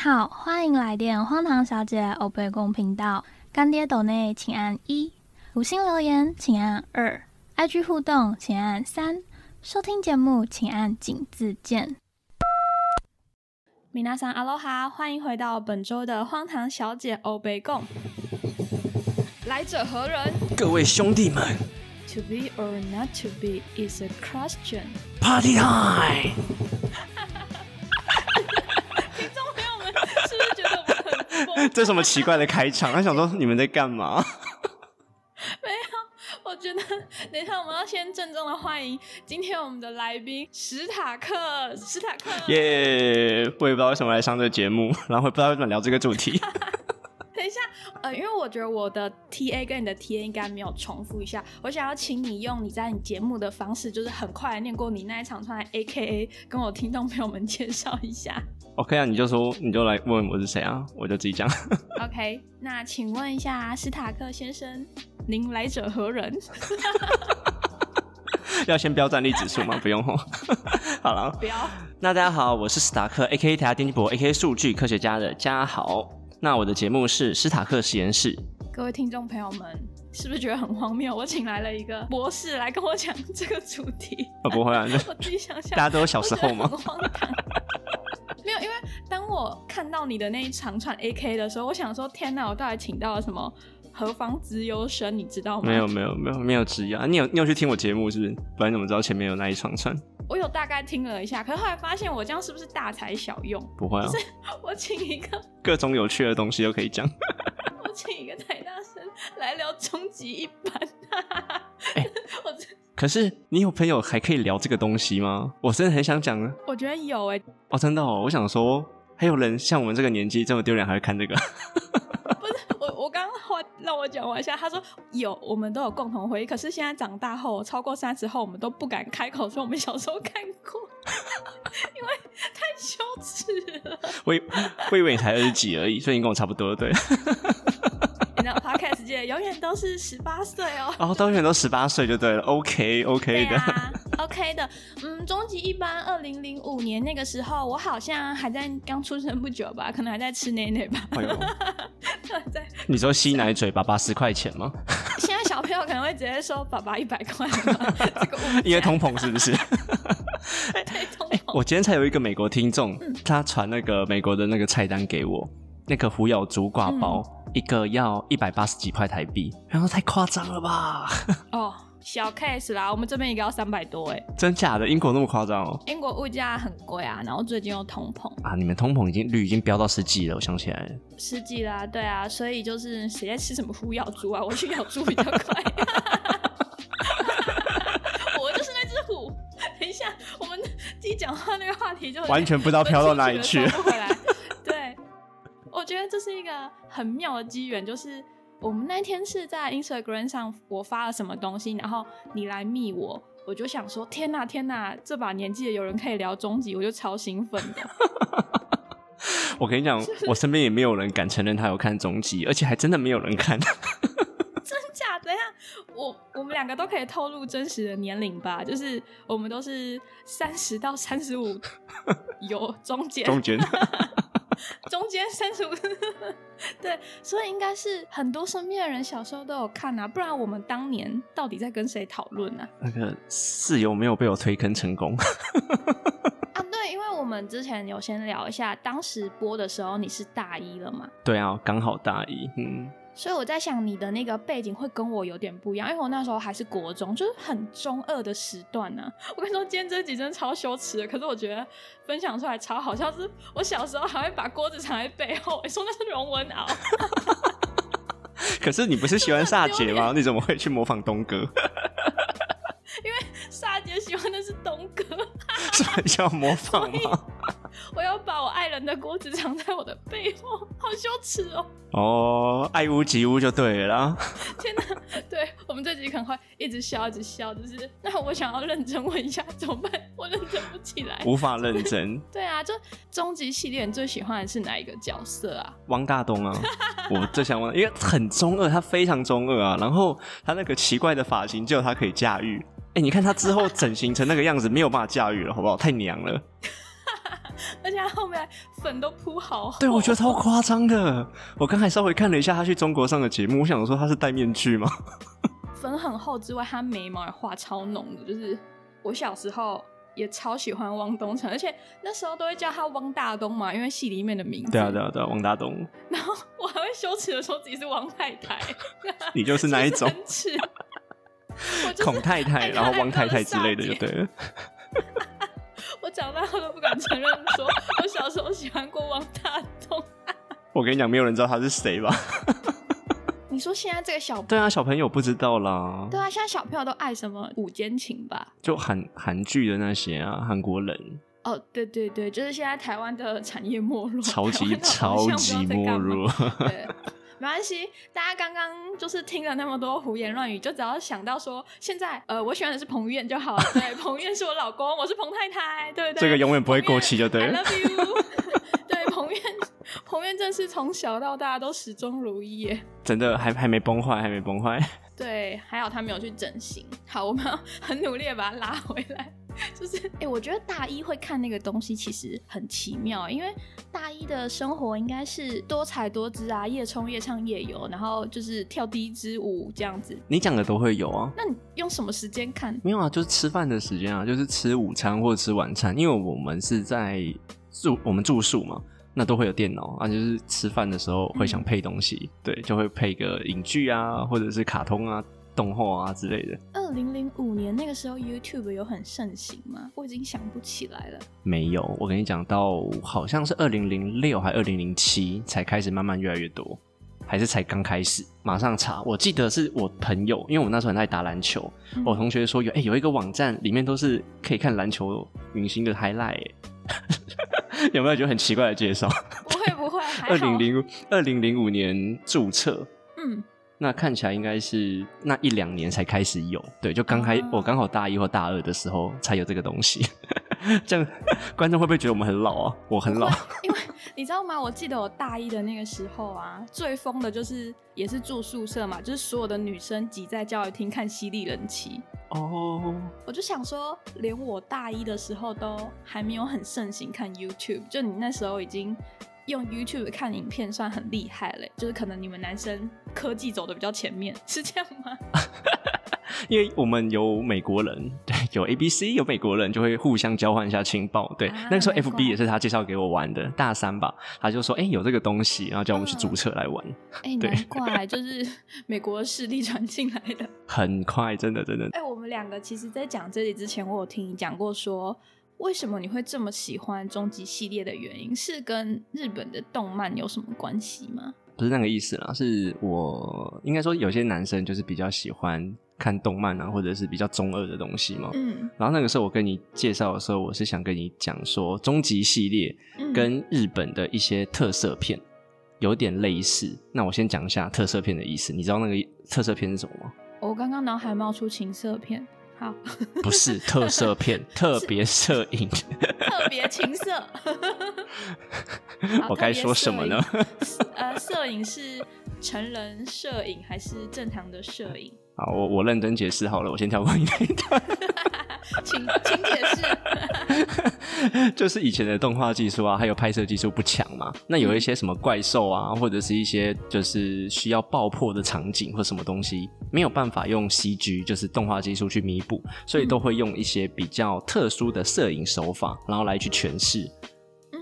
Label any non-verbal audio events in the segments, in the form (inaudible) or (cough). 好，欢迎来电荒唐小姐欧贝公频道，干爹抖内请按一，五星留言请按二，IG 互动请按三，收听节目请按井字键。米娜桑阿罗哈，欢迎回到本周的荒唐小姐欧贝贡。来者何人各位兄弟们 To be or not to be is a (laughs) question。 ，Party time！听众朋友啊们，是不是觉得我很 (laughs) 疯？这什么奇怪的开场？他想说你们在干嘛？我觉得，等一下我们要先郑重的欢迎今天我们的来宾史塔克，史塔克。 (laughs) 耶、我也不知道为什么来上这个节目， (laughs) 然后也不知道为什么聊这个主题。等一下，呃，因为我觉得我的 TA 跟你的 TA 应该没有重复一下，我想要请你用你在你节目的方式，就是很快地念过你那一场串来 AKA 跟我听众朋友们介绍一下。 (laughs) OK 啊，你就说，你就来问我是谁啊，我就自己讲。 (laughs) OK，那请问一下史塔克先生，您来者何 (laughs) 人？要先标战力指数吗？不用吼。哦 (laughs) 好了，不要。那大家好，我是史塔克 （A.K.A. 台下电机博 （A.K.A. 数据科学家）的嘉豪。那我的节目是史塔克实验室。各位听众朋友们，是不是觉得很荒谬？我请来了一个博士来跟我讲这个主 (laughs) 题，哦，不会啊，这我自己想想，大家都有小时候我 (laughs) 吗觉得？很荒唐。 (laughs) 没有，因为当我看到你的那一长串 AK 的时候，我想说，天哪，我到底请到了什么何方资优生？你知道吗？没有，没有没有没有质疑啊！你有你有去听我节目是不是？不然你怎么知道前面有那一长串？我有大概听了一下，可是后来发现我这样是不是大材小用？不 (laughs) 会啊，我请一个， (laughs) 各种有趣的东西都可以讲。我请一个台大生来聊终极一班，我真可是你有朋友还可以聊这个东西吗？我真的很想讲呢。我觉得有哎、哦，真的哦，我想说，还有人像我们这个年纪这么丢脸还会看这个？ (laughs) (laughs) 我我刚刚话让我讲完一下，他说有，我们都有共同回忆，可是现在长大后，超过三十后，我们都不敢开口说我们小时候看过， (laughs) 因为太羞耻了。我以我以为你才二十几而已，所以你跟我差不多，对了。 (laughs) (laughs) 你知道 podcast 界永远都是十八岁 (laughs) 哦。哦，到永远都十八岁就对了，OK OK 的。啊，OK 的，嗯，终极一班二零零五年那个时候，我好像还在刚出生不久吧，可能还在吃奶奶吧， (laughs) (laughs) 哎呦，在。你说吸奶嘴爸爸十块钱吗？现在小朋友可能会直接说爸爸一百块吗，这个物因价为通膨是不是？太通膨我今天才有一个美国听众，他传那个美国的那个菜单给我，那个虎咬猪挂包，一个要一百八十几块台币，然后太夸张了吧？哦，小 case 啦，我们这边一个要三百多哎，真假的？英国那么夸张哦？英国物价很贵啊，然后最近又通膨，啊，你们通膨已经率已经飙到十几了，我想起来了。十几啦，对啊，所以就是谁在吃什么虎咬猪啊？我去咬猪比较 (laughs) 快，我就是那只虎。等一下，我们自己讲话那个话题就有点完全不知道飘到哪里 (laughs) 去我收不回来。对，我觉得这是一个很妙的机缘，就是我们那天是在 Instagram 上我发了什么东西，然后你来密我。我就想说，天呐天呐，这把年纪的有人可以聊终极，我就超兴奋的。 (laughs) 我跟你讲，我身边也没有人敢承认他有看终极，而且还真的没有人看。真假？等一下，我我们两个都可以透露真实的年龄吧，就是我们都是三十到三十五，有中间中间中间三十五， (laughs) 对，所以应该是很多身边的人小时候都有看啊，不然我们当年到底在跟谁讨论啊？ (laughs) 那个室友没有被我推坑成功，啊，对，因为我们之前有先聊一下，当时播的时候你是大一了嘛， (laughs) 对啊，刚好大一，嗯，所以我在想你的那个背景会跟我有点不一样，因为我那时候还是国中，就是很中二的时段呢、 (laughs) 我跟你说，今天这集真的超羞耻的，可是我觉得分享出来超好笑，是我小时候还会把锅子藏在背后，欸说那是荣文 (laughs) 敖，可是你不是喜欢真的萨很丢姐吗？你怎么会去模仿东哥？沙姐喜欢的是东哥，是很想模仿吗？我要把我爱人的锅子藏在我的背后，好羞耻哦！ (laughs) 哦，爱屋及乌就对了啦。天哪，对我们这集可能会一直笑，一直笑，就是那我想要认真问一下怎么办？我认真不起来。无法认真。对啊，就终极系列，你最喜欢的是哪一个角色啊？汪大东 (laughs) 啊，我最想问，因为很中二，他非常中二啊。然后他那个奇怪的发型，只有他可以 (laughs) 驾驭。哎、你看他之后整形成那个样子，没有办法驾驭了，好不好？太娘了。而且他后面粉都铺好厚。对，我觉得超夸张的。我刚才稍微看了一下他去中国上的节目，我想说他是戴面具吗？粉很厚之外，他眉毛也画超浓的，就是我小时候也超喜欢汪东城，而且那时候都会叫他汪大东嘛，因为戏里面的名字。 (laughs) 对啊，对啊，对啊，王大东，然后我还会羞耻的说自己是王太 (laughs) 太，你就是那一 (laughs) (laughs) 种其实很耻。我就是孔太太，然后汪太太之 (laughs) 类的，就对了。我长大后都不敢承认说，我小时候喜欢过汪大东。我跟你讲，没有人知道他是谁吧？ (laughs) (laughs) 你说现在这个小对啊，小朋友不知道啦，对啊，现在小朋友都爱什么午间情吧？就韩韩剧的那些啊，韩国 (laughs) 人哦，对对对，就是现在台湾的产业没落，超级台湾的超偶像级不知道在没干嘛落。对，没关系，大家刚刚就是听了那么多胡言乱语，就只要想到说，现在呃，我喜欢的是彭于晏就好了。对， (laughs) 彭于晏是我老公，我是彭太太，对不对？ (laughs) 这个永远不会过期就对 (laughs) 彭于晏了 I love you (laughs) 对，彭于晏，彭于晏真的是从小到大都始终如一耶。真的还还没崩坏，还没崩坏。对，还好他没有去整形。好，我们要很努力的把他拉回来。就是，哎、我觉得大一会看那个东西其实很奇妙，欸因为大一的生活应该是多彩多姿啊，夜冲夜唱夜游，然后就是跳第一支舞这样子。 (laughs) 你讲的都会有啊，那你用什么时间看？没有啊，就是吃饭的时间啊，就是吃午餐或者吃晚餐，因为我们是在住我们住宿嘛，那都会有电脑啊，就是吃饭的时候会想配东西，对，就会配个影剧啊，或者是卡通啊、动画啊之类的。二零零五年那个时候 YouTube 有很盛行吗？我已经想不起来了。没有，我跟你讲，到好像是二零零六还二零零七才开始慢慢越来越多，还是才刚开始？马上查，我记得是我朋友，因为我那时候很爱打篮球，嗯我同学说有哎、有一个网站里面都是可以看篮球明星的 highlight，欸 (laughs) 有没有觉得很奇怪的介绍？不会不会，还好。二零零二零零五年注册，嗯，那看起来应该是那一两年才开始有，对，就刚开、啊我刚好大一或大二的时候才有这个东西。 (laughs) 这样观众会不会觉得我们很老啊？我很老，因为你知道吗？我记得我大一的那个时候啊，最疯的就是也是住宿舍嘛，就是所有的女生挤在教育厅看《犀利人妻》。哦，我就想说，连我大一的时候都还没有很盛行看 YouTube，就你那时候已经用 YouTube 看影片算很厉害了，就是可能你们男生科技走的比较前面，是这样 (laughs) 吗？因为我们有美国人，对，有 A、B、C，有美国人，就会互相交换一下情报。对，啊那个时候难怪 FB 也是他介绍给我玩的，大三吧，他就说，哎、有这个东西，然后叫我们嗯去注册来玩。哎、对难怪就是美国势力传进来的。很快，真的，真的，哎、我们两个其实，在讲这里之前，我有听你讲过说，为什么你会这么喜欢终极系列的原因，是跟日本的动漫有什么关系吗？不是那个意思啦，是我应该说有些男生就是比较喜欢看动漫啊，或者是比较中二的东西嘛。嗯，然后那个时候我跟你介绍的时候，我是想跟你讲说，终极系列嗯跟日本的一些特色片有点类似。那我先讲一下特色片的意思，你知道那个特色片是什么吗？我刚刚脑海冒出情色片，好，不是特色片，特别摄影。特别情 (laughs) 色。好我该说什么呢？特别摄影呃，摄影是成人摄影还是正常的摄影？好，我我认真解释好了，我先跳过你那一段。请请解释。 (laughs) 就是以前的动画技术啊，还有拍摄技术不强嘛，那有一些什么怪兽啊，或者是一些就是需要爆破的场景或什么东西，没有办法用 CG 就是动画技术去弥补，所以都会用一些比较特殊的摄影手法，然后来去诠释。嗯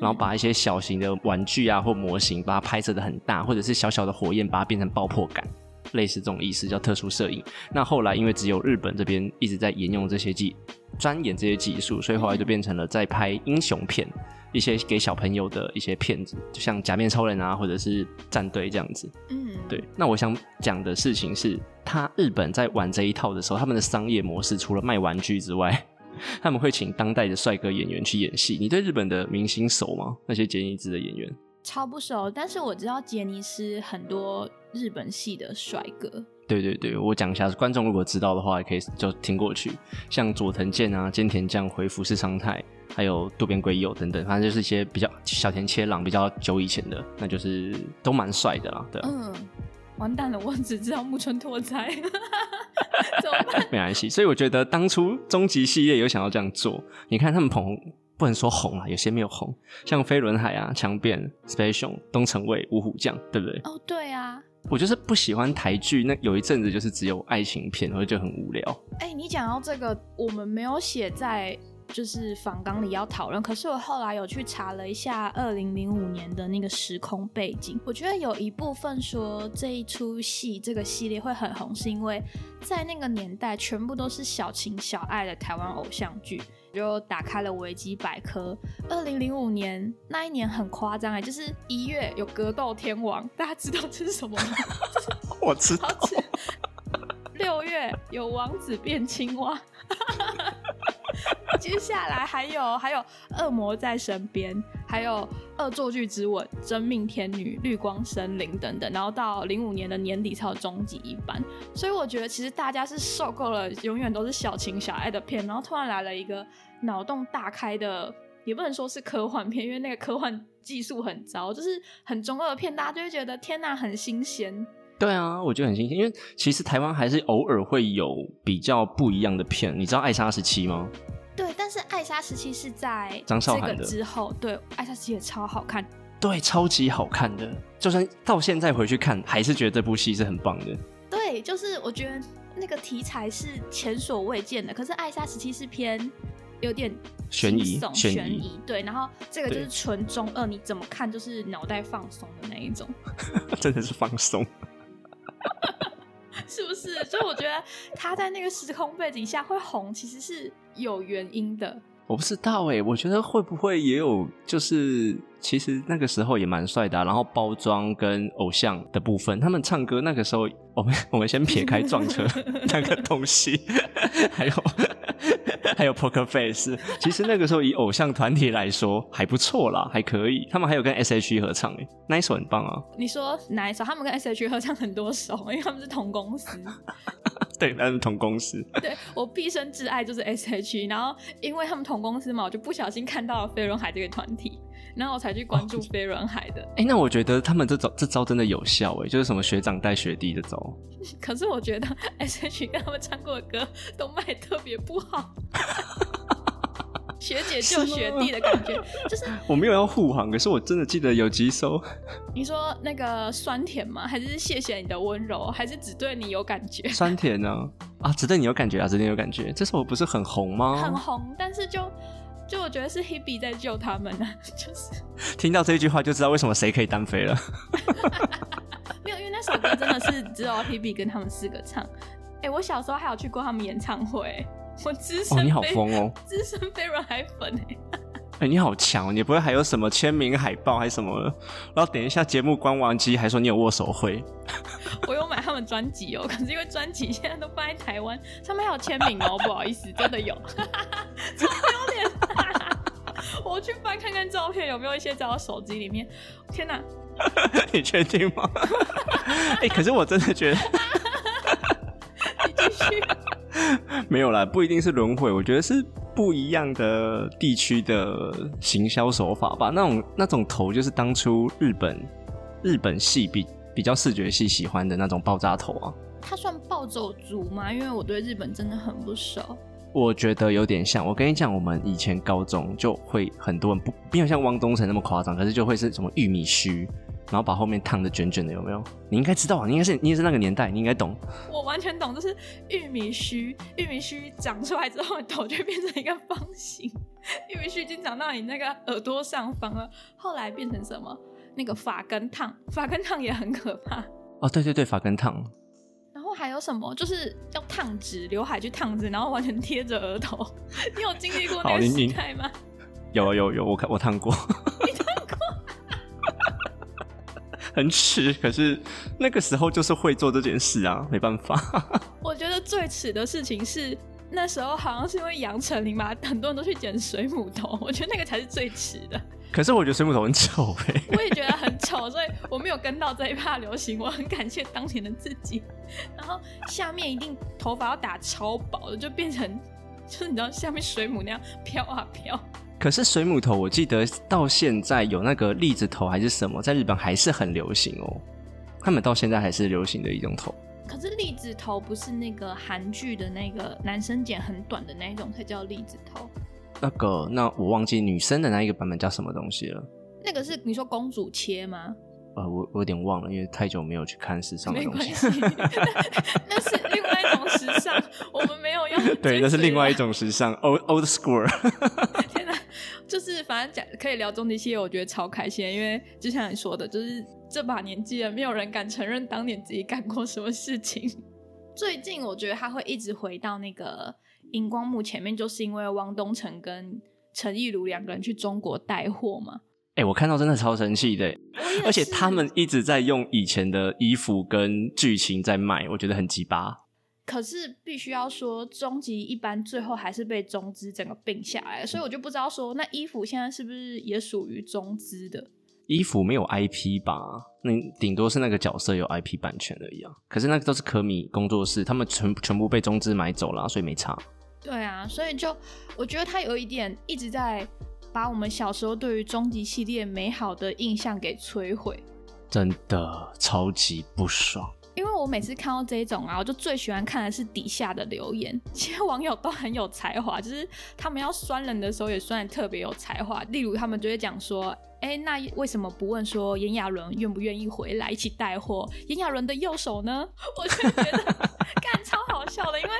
然后把一些小型的玩具啊或模型，把它拍摄的很大，或者是小小的火焰，把它变成爆破感，类似这种意思叫特殊摄影。那后来因为只有日本这边一直在沿用这些技，钻研这些技术，所以后来就变成了在拍英雄片，一些给小朋友的一些片子，就像假面超人啊，或者是战队这样子。嗯，对，那我想讲的事情是，他日本在玩这一套的时候，他们的商业模式除了卖玩具之外， (laughs) 他们会请当代的帅哥演员去演戏。你对日本的明星熟吗？那些杰尼斯的演员？超不熟，但是我知道杰尼斯很多日本系的帅哥。对对对，我讲一下，观众如果知道的话，也可以就听过去。像佐藤健啊、菅田将晖、服饰常太，还有渡边圭佑等等，反正就是一些比较小田切郎比较久以前的，那就是都蛮帅的啦。对啊，嗯，完蛋了，我只知道木村拓哉， (laughs) 怎么办？ (laughs) 没关系。所以我觉得当初终极系列有想要这样做，你看他们捧红不能说红啊，有些没有红，像飞轮海啊、强辩、Special、东城卫、五虎将，对不对？哦，对啊，我就是不喜欢台剧，那有一阵子就是只有爱情片，我就觉得很无聊。哎、你讲到这个，我们没有写在就是访纲里要讨论，可是我后来有去查了一下二零零五年的那个时空背景，我觉得有一部分说这一出戏这个系列会很红，是因为在那个年代全部都是小情小爱的台湾偶像剧。就打开了维基百科，二零零五年那一年很夸张哎，就是一月有格斗天王，大家知道这是什么吗？ (laughs) 我知好吃。 (laughs) 六月有王子变青蛙， (laughs) 接下来还有还有恶魔在身边，还有恶作剧之吻、真命天女、绿光森林等等，然后到零五年的年底才有终极一班。所以我觉得其实大家是受够了永远都是小情小爱的片，然后突然来了一个脑洞大开的。也不能说是科幻片，因为那个科幻技术很糟，就是很中二的片，大家就会觉得天呐，很新鲜。对啊，我觉得很新鲜，因为其实台湾还是偶尔会有比较不一样的片。你知道《爱莎十七》吗？对，但是《艾莎时期》是在张韶这个涵的之后，对，《艾莎时期》也超好看。对，超级好看的，就算到现在回去看，还是觉得这部戏是很棒的。对，就是我觉得那个题材是前所未见的，可是《艾莎时期》是偏有点悬疑惊悚悬疑悬疑，对，然后这个就对是纯中二，你怎么看就是脑袋放松的那一种， (laughs) 真的是放松。是不是？所以我觉得他在那个时空背景下会红，其实是有原因的。我不知道哎、我觉得会不会也有，就是其实那个时候也蛮帅的啊、然后包装跟偶像的部分，他们唱歌那个时候，我们我们先撇开撞车那个东西，还有还有 Poker Face，其实那个时候以偶像团体来说还不错啦，还可以。他们还有跟 S.H.E 合唱哎、那一首很棒啊。你说哪一首？他们跟 S.H.E 合唱很多首，因为他们是同公司。对，他们同公司，对我毕生挚爱就是 S.H.E，然后因为他们同公司嘛，我就不小心看到了飞轮海这个团体，然后我才去关注飞轮海的。哎、那我觉得他们这招这招真的有效哎、就是什么学长带学弟的招，可是我觉得 (laughs) S.H.E 跟他们唱过的歌都卖特别不好， (laughs) 学姐救学弟的感觉，就是我没有要护航，可是我真的记得有几首。你说那个酸甜吗？还是谢谢你的温柔？还是只对你有感觉？ (laughs) 酸甜呢、啊？只对你有感觉啊，只对你有感觉。这首不是很红很吗？红，但是就就我觉得是 Hebe 在救他们啊， (laughs) 就是。听到这一句话就知道为什么谁可以 (laughs) 单飞了。没有，因为那首歌真的是只有 Hebe 跟他们四个唱。哎、我小时候还有去过他们演唱会， (laughs) 我资深哦，你好非疯哦！资深飞轮海粉哎、哎、你好强哦！你不会还有什么签名海报还是什么的？然后等一下节目关完机还说你有握手会，我有买他们专辑哦，可是因为专辑现在都放在台湾，上面还有签名哦，不好意思，真的有， (laughs) 超丢脸。我去翻看看照片有没有一些在我手机里面。天哪，你确定吗？ (laughs) 哎、可是我真的觉得你继续。 (laughs) 没有啦，不一定是轮回，我觉得是不一样的地区的行销手法吧。那种那种头就是当初日本日本系比比较视觉系喜欢的那种爆炸头啊。他算暴走族吗？因为我对日本真的很不熟。我觉得有点像，我跟你讲，我们以前高中就会很多人不没有像汪东城那么夸张，可是就会是什么玉米须，然后把后面烫的卷卷的，有没有？你应该知道啊，你应该是你也是那个年代，你应该懂。我完全懂，就是玉米须，玉米须长出来之后，头就变成一个方形，玉米须已经长到你那个耳朵上方了。后来变成什么？那个发根烫， (laughs) 发根烫也很可怕。哦，对对对，发根烫，然后还有什么？就是要烫直刘海去烫直，然后完全贴着额头。 (laughs) 你有经历过那好个你时你代吗？有啊有有，我看我烫过，你烫过， (laughs) 很耻，可是那个时候就是会做这件事啊，没办法。 (laughs) 我觉得最耻的事情是。那时候好像是因为杨丞琳吧，很多人都去剪水母头， (laughs) 我觉得那个才是最耻的。可是我觉得水母头很丑哎、我也觉得很丑，所以我没有跟到这一趴流行，我很感谢当年的自己。然后下面一定头发要打超薄的，就变成 (laughs) 就是你知道下面水母那样飘啊飘。可是水母头，我记得到现在有那个栗子头还是什么，在日本还是很流行哦。他们到现在还是流行的一种头。可是栗子头不是那个韩剧的那个男生剪很短的那一种才叫栗子头，那个，那我忘记女生的那一个版本叫什么东西了。那个是你说公主切吗？呃，我我有点忘了，因为太久没有去看时尚的没东关西。系， (laughs) 那是另外一种时尚，我们没有要 (laughs) (laughs) 对，那是另外一种。种时尚，old old school。天哪，就是反正讲可以聊终极系列，我觉得超开心的，因为就像你说的，就是这把年纪了，没有人敢承认当年自己干过什么事情。 (laughs) 最近我觉得他会一直回到那个荧光幕前面，就是因为汪东城跟陈意如两个人去中国带货嘛。哎、我看到真的超生气的欸， (laughs) 而且他们是，一直在用以前的衣服跟剧情在卖，我觉得很鸡巴。可是必须要说，终极一般最后还是被中资整个并下来，所以我就不知道说那衣服现在是不是也属于中资的。衣服没有 IP 吧？那顶多是那个角色有 IP 版权而已啊。可是那个都是科米工作室，他们全全部被中资买走了啊、所以没差。对啊，所以就我觉得他有一点一直在把我们小时候对于终极系列美好的印象给摧毁。真的超级不爽。因为我每次看到这种啊，我就最喜欢看的是底下的留言， (laughs) 这些网友都很有才华，就是他们要酸人的时候也酸的特别有才华。例如他们就会讲说。哎，那为什么不问说炎亚纶愿不愿意回来一起带货？炎亚纶的右手呢？ (laughs) 我就觉得干超好笑的，因为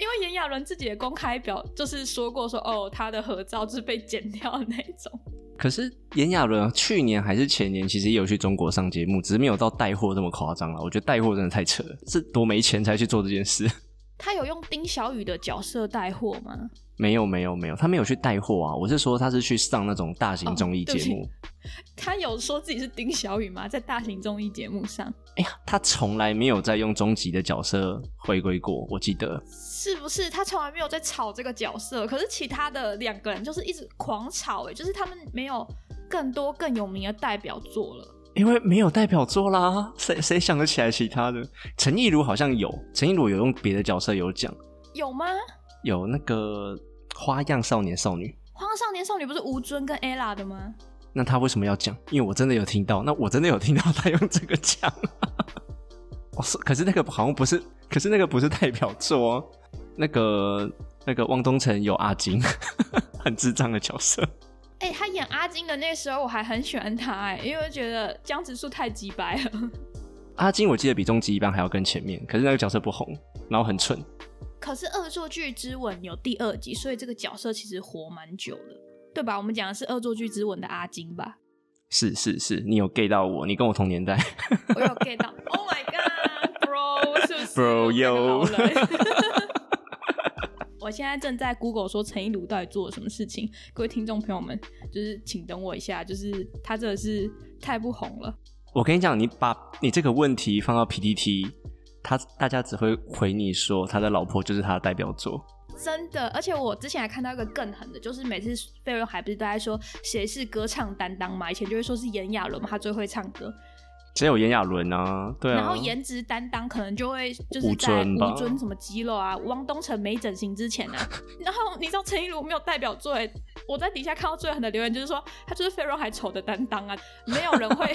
因为炎亚纶自己也公开表就是说过说哦，他的合照是被剪掉的那一种。可是炎亚纶啊去年还是前年，其实也有去中国上节目，只是没有到带货这么夸张了。我觉得带货真的太扯了，是多没钱才去做这件事。他有用丁小雨的角色带货吗？没有没有没有，他没有去带货啊！我是说他是去上那种大型综艺节目。哦 (laughs) 他有说自己是丁小雨吗？在大型综艺节目上，哎呀，他从来没有在用终极的角色回归过，我记得。是不是他从来没有在炒这个角色？可是其他的两个人就是一直狂炒、欸，哎，就是他们没有更多更有名的代表作了。因为没有代表作啦，谁谁想得起来其他的？陈亦儒好像有，陈亦儒有用别的角色有奖，有吗？有那个花样少年少女。 《花样少年少女》不是吴尊跟 ella 的吗？那他为什么要讲？因为我真的有听到，那我真的有听到他用这个讲。 (laughs) 哦，是，可是那个好像不是，可是那个不是代表作哦。那个那个汪东城有阿金， (laughs) 很智障的角色。哎、他演阿金的那时候我还很喜欢他、欸，哎，因为觉得江直树太鸡掰了。 (laughs) 阿金我记得比终极一班还要更前面，可是那个角色不红，然后很蠢。可是《恶作剧之吻》有第二集，所以这个角色其实活蛮久了，对吧？我们讲的是《恶作剧之吻》的阿金吧？是是是，你有 gay 到我，你跟我同年代。 (laughs) 我有 get 到。Oh (laughs) my god，bro，是不是 Bro，yo 我是个老人 (laughs) 我现在正在 Google 说陈意如到底做了什么事情，各位听众朋友们，就是请等我一下，就是他真的是太不红了。我跟你讲，你把你这个问题放到 PPT，他大家只会回你说他的老婆就是他的代表作。真的，而且我之前还看到一个更狠的，就是每次费用还不是都在说谁是歌唱担当嘛，以前就会说是炎亚纶嘛，他最会唱歌，只有炎亚纶啊，对啊。然后颜值担当可能就会就是吴在尊吧吴尊什么肌肉啊，汪东城没整形之前 (laughs) 啊，然后你知道陈意如没有代表作欸，我在底下看到最狠的留言就是说他就是飞轮海丑的担当啊，没有人 (laughs) 会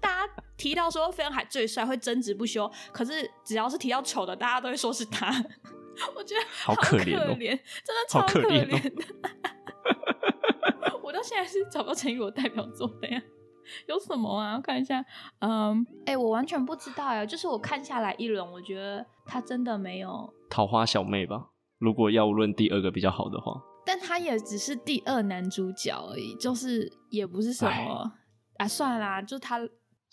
大家提到说飞轮海最帅会争执不休，可是只要是提到丑的，大家都会说是他， (laughs) 我觉得好可可怜哦怜真的好超可怜哦怜的。 (laughs) 我到现在是找不到陈意如的代表作的呀。有什么啊？我看一下，嗯，哎、我完全不知道呀。就是我看下来一轮，我觉得他真的没有，桃花小妹吧。如果要论第二个比较好的话，但他也只是第二男主角而已，就是也不是什么啊。算啦，就他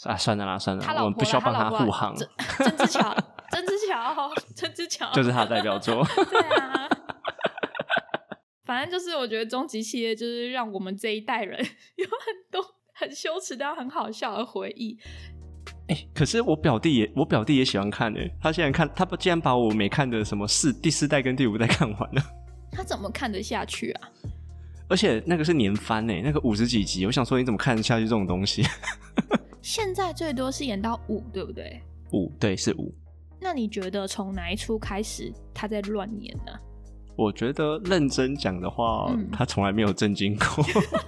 啊，算了啦，算了啦，他老我婆啦，们不需要帮他老婆啦啊护航，曾曾之乔，曾之乔，曾之乔， (laughs) 就是他的代 (laughs) 表作。对啊。反正就是，我觉得终极系列就是让我们这一代人 (laughs) 有很多很羞耻但很好笑的回忆。哎、可是我表弟也，我表弟也喜欢看诶、他竟然看，他竟然把我没看的什么四第四代跟第五代看完了， (laughs) 他怎么看得下去啊？而且那个是年番诶、那个五十几集，我想说你怎么看得下去这种东西？现在最多是演到 (laughs) 五，对不对？五对是五，那你觉得从哪一出开始他在乱演呢、我觉得认真讲的话，嗯 (laughs) 他从来没有震惊过。 (laughs)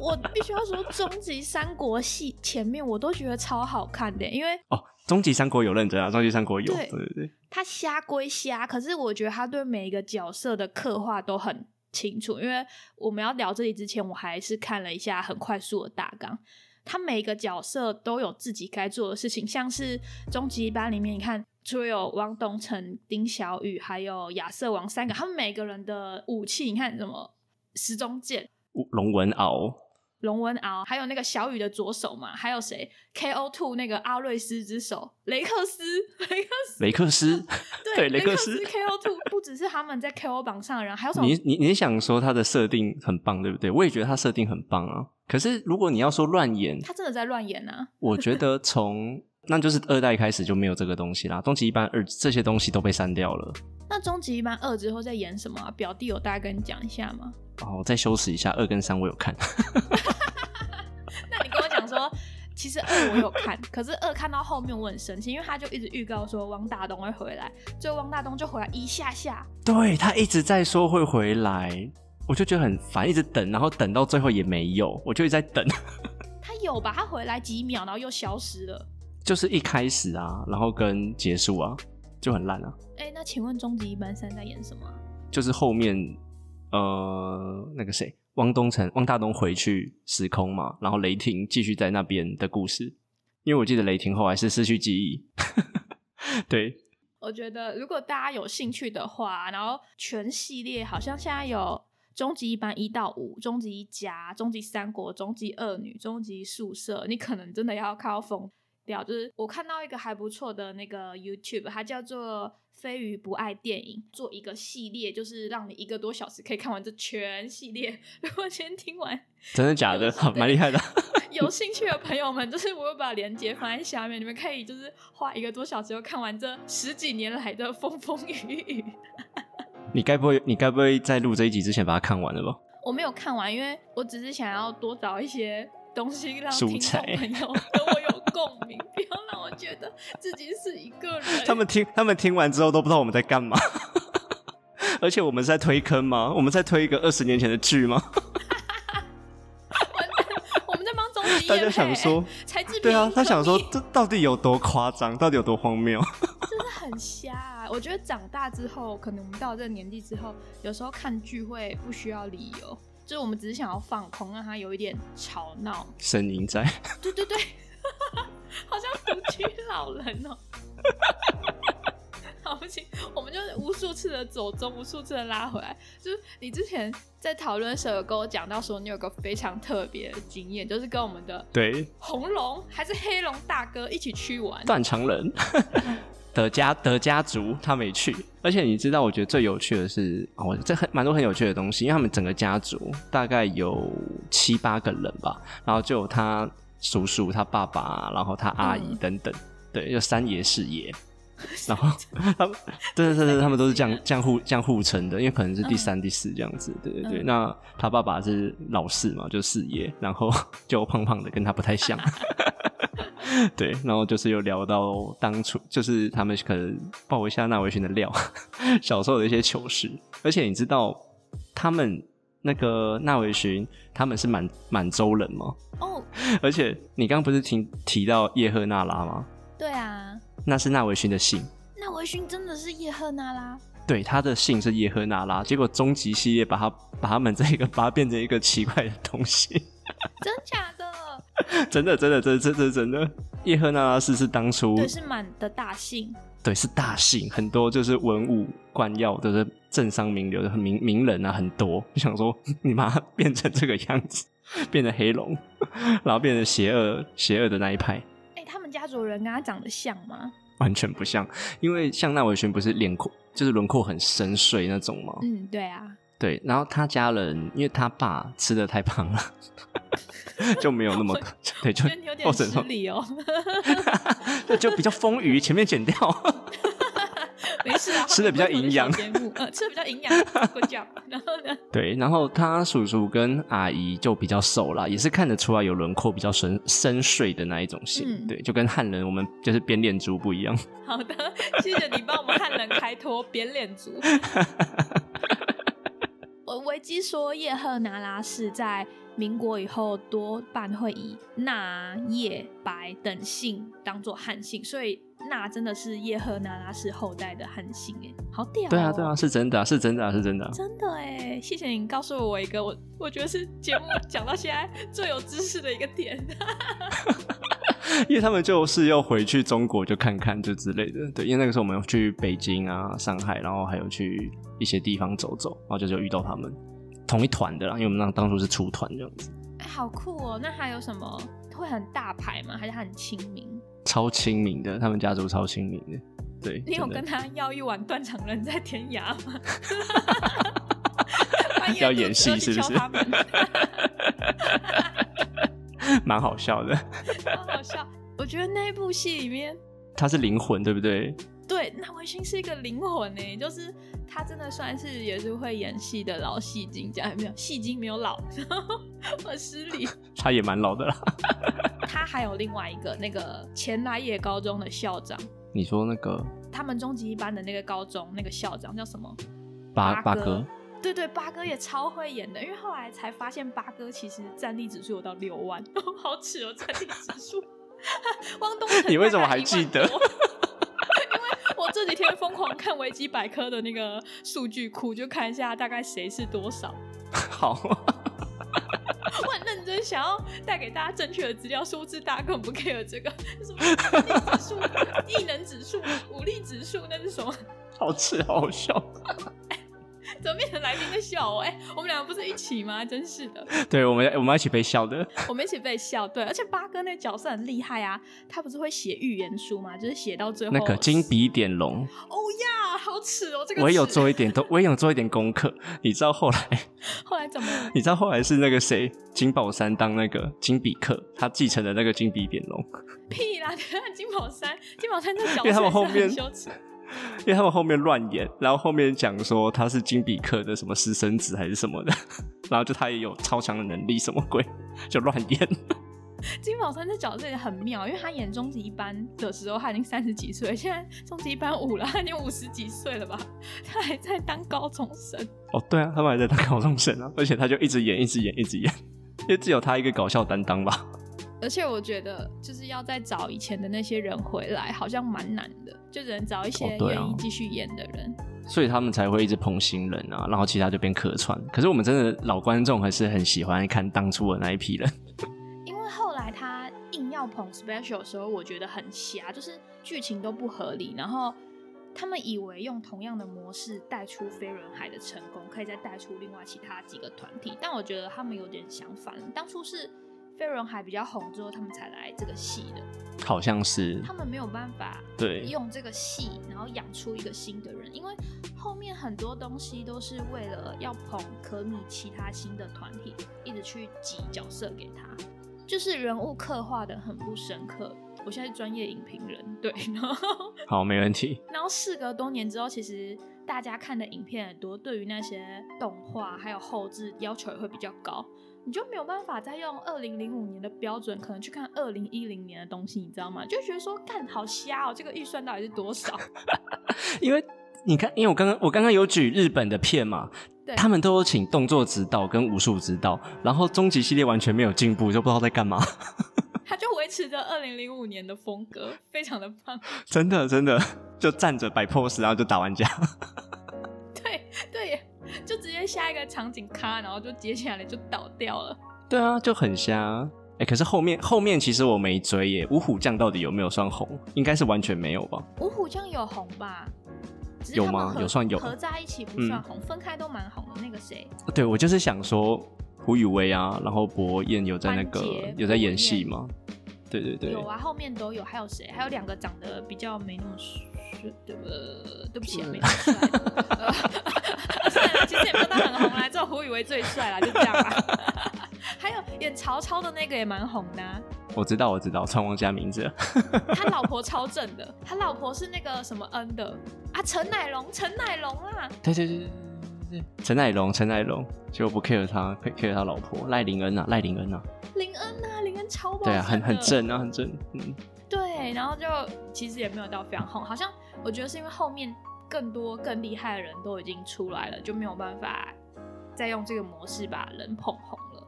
我必须要说，《终极三国》戏前面我都觉得超好看的，欸因为哦，终极三国有认真啊，终极三国有，对对对对，他瞎归瞎，可是我觉得他对每一个角色的刻画都很清楚。因为我们要聊这里之前，我还是看了一下很快速的大纲。他每一个角色都有自己该做的事情，像是终极一班里面，你看，除了有汪东城、丁小雨，还有亚瑟王三个，他们每个人的武器，你看什么时钟剑、龙文敖，龙纹敖，还有那个小雨的左手嘛，还有谁？KO Two 那个阿瑞斯之手，雷克斯， (laughs) 雷克斯，雷 (laughs) 克斯， (laughs) 对雷雷克斯斯 KO Two 不只是他们在 KO 榜上的人，还有什么你你你想说他的设定很棒，对不对？我也觉得他设定很棒啊。可是如果你要说乱演，他真的在乱演啊！我觉得从那就是二代开始就没有这个东西啦。终极一班二这些东西都被删掉了。那终极一班二之后在演什么、啊？表弟有大概跟你讲一下吗？ (laughs) 哦，我再修饰一下，二跟三我有看， (laughs) 那你跟我讲说，其实二我有看，可是二看到后面我很生气，因为他就一直预告说汪大东会回来，最后汪大东就回来一下下，对他一直在说会回来，我就觉得很烦，一直等，然后等到最后也没有，我就一直在等。 (laughs) 他有吧？他回来几秒，然后又消失了。就是一开始啊，然后跟结束啊，就很烂啊。哎、那请问终极一班三在演什么啊、就是后面呃那个谁，汪东城、汪大东回去时空嘛，然后雷霆继续在那边的故事。因为我记得雷霆后来是失去记忆， (laughs) 对，我觉得如果大家有兴趣的话，然后全系列好像现在有终极一班一到五、终极一家、终极三国、终极二女、终极宿舍，你可能真的要靠疯掉。就是我看到一个还不错的那个 YouTube，它叫做“飞鱼不爱电影”，做一个系列，就是让你一个多小时可以看完这全系列。 (laughs) 如果今天听完真的假的？ (laughs) 好，蛮厉害的。 (laughs) 有兴趣的朋友们，就是我会把链接放在下面，你们可以就是花一个多小时就看完这十几年来的风风雨雨。你该不会你该不会在录这一集之前把它看完了吧？我没有看完，因为我只是想要多找一些东西让素听众材朋 (laughs) 友跟我有共鸣，不要让我觉得自己是一个人。他们听他们听完之后都不知道我们在干嘛， (laughs) 而且我们是在推坑吗？我们在推一个二十年前的剧吗？我们在帮终极大业家配想说，才智对啊平，他想说可以这到底有多夸张，到底有多荒谬？ (laughs) 真的很瞎、啊。我觉得长大之后，可能我们到了这个年纪之后，有时候看剧会不需要理由，就是我们只是想要放空，让它有一点吵闹。神隐在。 (laughs) 对对对，好像独居老人哦、 (laughs) 好不行，我们就是无数次的走中，无数次的拉回来。就是你之前在讨论的时候，有跟我讲到说，你有个非常特别的经验，就是跟我们的对，红龙还是黑龙大哥一起去玩。断肠人 (laughs) 的家的家族，他没去。而且你知道，我觉得最有趣的是，哦，这很蛮多很有趣的东西，因为他们整个家族大概有七八个人吧，然后就有他叔叔、他爸爸，然后他阿姨嗯等等，对，就三爷四 (laughs) 爷。然后他们，对对对对，他们都是这样这样互这样互称的，因为可能是第三、第四这样子，对对对。嗯那他爸爸是老四嘛，就四爷，然后 (laughs) 就胖胖的，跟他不太像，对。然后就是有聊到当初，就是他们可能爆一下纳维逊的料， (laughs) 小时候的一些糗事。而且你知道，他们那个纳维逊他们是满满洲人吗？ (laughs) 哦，而且你刚刚不是提提到叶赫那拉吗？对啊，那是纳维逊的姓。那维勋真的是叶赫那拉，对，他的姓是叶赫那拉，结果终极系列把他把他们这个把它变成一个奇怪的东西， (laughs) 真假的？真的真的真的真的真的，叶赫那拉氏是当初对，是满的大姓。对是大姓，很多就是文武官要都是政商名流的名名人啊，很多。 (laughs) 就想说你把它变成这个样子， (laughs) 变成黑龙，然后变成邪恶邪恶的那一派，哎、他们家族人跟他长得像吗？完全不像，因为像那维勋不是脸廓就是轮廓很深邃那种吗？嗯，对啊。对，然后他家人因为他爸吃的太胖了， (laughs) 就没有那么对，就觉得你有点只失能礼哦。说就比较丰腴，前面剪掉。没事啊，吃得比较营养他们不会听我的小节目呃，吃的比较营养，good (laughs) job。然后呢，对，然后他叔叔跟阿姨就比较瘦啦，也是看得出来有轮廓比较深深邃的那一种型。嗯对，就跟汉人我们就是边练猪不一样。好的，谢谢你帮我们汉人开脱扁脸族。 (laughs) (laughs) 我维基说叶赫那拉是在民国以后多半会以纳、叶、白等姓当做汉姓，所以纳真的是叶赫那拉氏后代的汉姓，哎，好屌、哦！对啊，对啊，是真的啊、是真的啊、是真的啊、 (laughs) 真的哎，谢谢你告诉我一个我我觉得是节目讲到现在最有知识的一个点。因为他们就是要回去中国就看看就之类的，对，因为那个时候我们有去北京啊、上海，然后还有去一些地方走走，然后就是有遇到他们同一团的啦，因为我们那当初是出团这样子，哎，好酷哦！那还有什么会很大牌吗？还是很亲民？超亲民的，他们家族超亲民的，对，你有真的跟他要一碗断肠人在天涯吗？ (laughs) 半夜要演戏肚子饿去是敲不是他们蛮好笑的， (laughs) (laughs) 好好笑！我觉得那一部戏里面，他是灵魂对不对？对，那维新是一个灵魂呢，就是他真的算是也是会演戏的老戏精，这样没有戏精没有老，然后 (laughs) 我失礼。 (laughs) 他也蛮老的啦。他还有另外一个那个前来野高中的校长，你说那个他们中级一班的那个高中那个校长叫什么？八八八哥哥，对对，八哥也超会演的，因为后来才发现八哥其实战力指数有到六万， (laughs) 好耻哦，战力指数。 (laughs) 汪东城你为什么大概还1万记得多 (laughs) 因为我这几天疯狂看维基百科的那个数据库，就看一下大概谁是多少。 (laughs) (laughs) 好， (laughs) 我很认真想要带给大家正确的资料，殊不知大家根本不 care 这个，什么战力指数、 (laughs) 异能指数、武力指数，那是什么？ (laughs) 好吃，好笑。怎么变成来宾在笑我？哎、我们两个不是一起吗？真是的。对，我们我们要一起被笑的，我们一起被笑，对，而且八哥那个角色很厉害啊，他不是会写预言书嘛，就是写到最后那个金笔点龙，哦呀，好耻哦，这个我也有耻做一点都，我也有做一点功课。你知道后来，后来怎么了你知道后来是那个谁，金宝山当那个金笔客，他继承了那个金笔点龙，屁啦？等 (laughs) 一下金宝山，金宝山这角因为他色们后是很面羞耻，因为他们后面乱演，然后后面讲说他是金笔客的什么私生子还是什么的， (laughs) 然后就他也有超强的能力，什么鬼，就乱演。金宝山这角色也很妙，因为他演终极一班的时候他已经三十几岁，现在终极一班五了，他已经五十几岁了吧，他还在当高中生，哦，对啊，他们还在当高中生啊，而且他就一直演，一直演，一直演，因为只有他一个搞笑担当吧。而且我觉得，就是要再找以前的那些人回来，好像蛮难的，就只能找一些哦对啊愿意继续演的人。所以他们才会一直捧新人啊，然后其他就变客串。可是我们真的老观众还是很喜欢看当初的那一批人，因为后来他硬要捧 special 的时候，我觉得很瞎，就是剧情都不合理，然后他们以为用同样的模式带出飞轮海的成功，可以再带出另外其他几个团体，但我觉得他们有点相反，当初是飞轮海比较红之后，他们才来这个戏的，好像是他们没有办法对用这个戏，然后养出一个新的人，因为后面很多东西都是为了要捧可米其他新的团体，一直去挤角色给他，就是人物刻画的很不深刻。我现在是专业影评人，对， (laughs) 然后好，没问题。然后事隔多年之后，其实大家看的影片很多，对于那些动画还有后置要求也会比较高，你就没有办法再用二零零五年的标准，可能去看二零一零年的东西，你知道吗？就觉得说，干好瞎哦，这个预算到底是多少？ (laughs) 因为你看，因为我刚刚我刚刚有举日本的片嘛对，他们都有请动作指导跟武术指导，然后终极系列完全没有进步，就不知道在干嘛。 (laughs) 他就维持着二零零五年的风格，非常的棒。真的真的就站着摆 pose，然后就打完架。对对耶，就直接下一个场景咔，然后就接下来就倒掉了。对啊，就很瞎。哎、可是后面后面其实我没追耶，五虎将到底有没有算红？应该是完全没有吧。五虎将有红吧？只是有他们吗合有算有嗯合在一起不算红，分开都蛮红的。那个谁，对，我就是想说胡宇威啊，然后博彦有在那个班杰有在演博戏彦吗？对对对有，啊，后面都有，还有谁？还有两个长得比较没那么帅，对不？对不起、啊，没那么帅的。呃 (laughs) 算了，其实也没有到很红啦，只有胡宇威最帅啦，就这样啦。 (laughs) 还有演曹操的那个也蛮红的啊、我知道我知道，突然忘记他名字了。他老婆超正的，他老婆是那个什么恩的啊，陈乃龙，陈乃龙啊啦， (laughs) 对对对对对对，陈乃龙，陈乃龙，结果不 care 他，care care 他老婆赖玲恩啊，赖玲恩啊，林恩啊，林恩超棒，对啊，很很，正啊，很正，嗯，对，然后就其实也没有到非常红，好像我觉得是因为后面更多更厉害的人都已经出来了，就没有办法再用这个模式把人捧红了。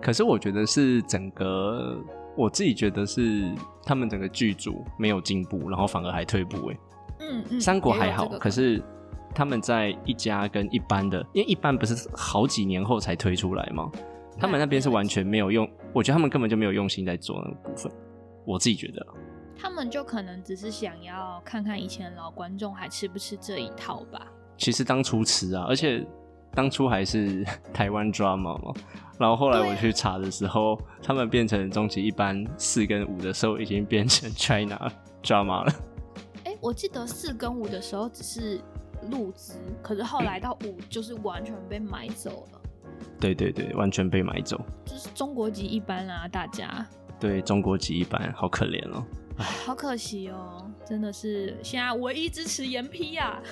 可是我觉得是整个，我自己觉得是他们整个剧组没有进步，然后反而还退步、欸。嗯嗯，三国还也有好，这个可是他们在一家跟一般的，因为一般不是好几年后才推出来吗？他们那边是完全没有用，我觉得他们根本就没有用心在做那个部分。我自己觉得啊，他们就可能只是想要看看以前的老观众还吃不吃这一套吧。其实当初吃啊，而且当初还是 (laughs) 台湾 drama 嘛，然后后来对啊我去查的时候，他们变成终极一班四跟五的时候，已经变成 (laughs) China drama 了。哎、我记得四跟五的时候只是入资，可是后来到五就是完全被买走了，对对对，完全被买走。就是中国籍一般啦、大家对中国籍一班，好可怜哦。好可惜哦，真的是现在唯一支持严批啊呀、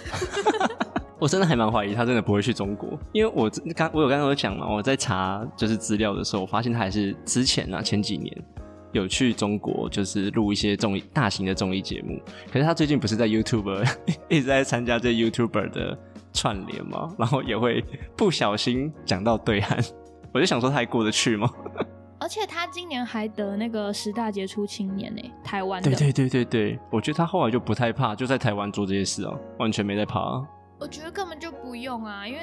我真的还蛮怀疑他真的不会去中国，因为我真刚我有刚刚有讲嘛，我在查就是资料的时候，我发现他还是之前啊前几年有去中国，就是录一些综艺大型的综艺节目。可是他最近不是在 YouTuber (laughs) 一直在参加这 YouTuber 的串联嘛，然后也会不小心讲到对岸，我就想说他还过得去吗？ (laughs) 而且他今年还得那个十大杰出青年呢、台湾的。对对对对对，我觉得他后来就不太怕，就在台湾做这些事啊，完全没在怕、啊。我觉得根本就不用啊，因为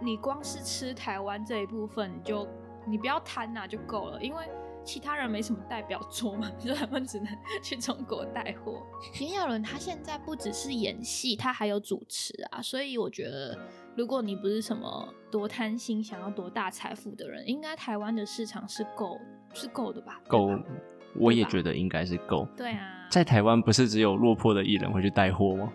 你光是吃台湾这一部分，你就你不要贪呐、就够了，因为其他人没什么代表作嘛， (laughs) 所以他们只能去中国带货。炎亚纶他现在不只是演戏，他还有主持啊，所以我觉得如果你不是什么多贪心、想要多大财富的人，应该台湾的市场是够是够的吧？够对吧，我也觉得应该是够。对啊，在台湾不是只有落魄的艺人会去带货吗？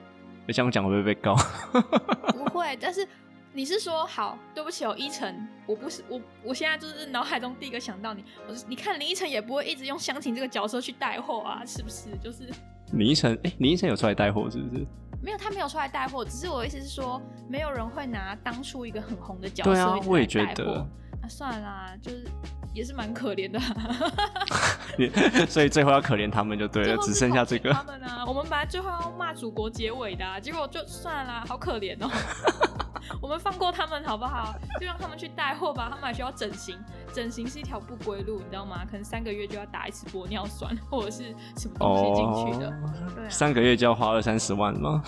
我这样讲会不会被告？ (laughs) 不会，但是你是说好？对不起哦，依晨，我不是我，我现在就是脑海中第一个想到你。我是你看林依晨也不会一直用湘琴这个角色去带货啊，是不是？就是林依晨，哎、林依晨有出来带货是不是？没有他没有出来带货，只是我的意思是说，没有人会拿当初一个很红的角色对啊一直来带，货我也觉得。啊，算了啦，就是也是蛮可怜的、你 (laughs) 所以最后要可怜他们就对最了，后只是剩下靠这近个他。们啊，我们本来最后要骂祖国结尾的、啊，结果就算了啦，好可怜哦。 (laughs) 我们放过他们好不好？就让他们去带货吧，他们还需要整形，整形是一条不归路，你知道吗？可能三个月就要打一次玻尿酸或者是什么东西进去的。对啊哦三个月就要花二三十万吗？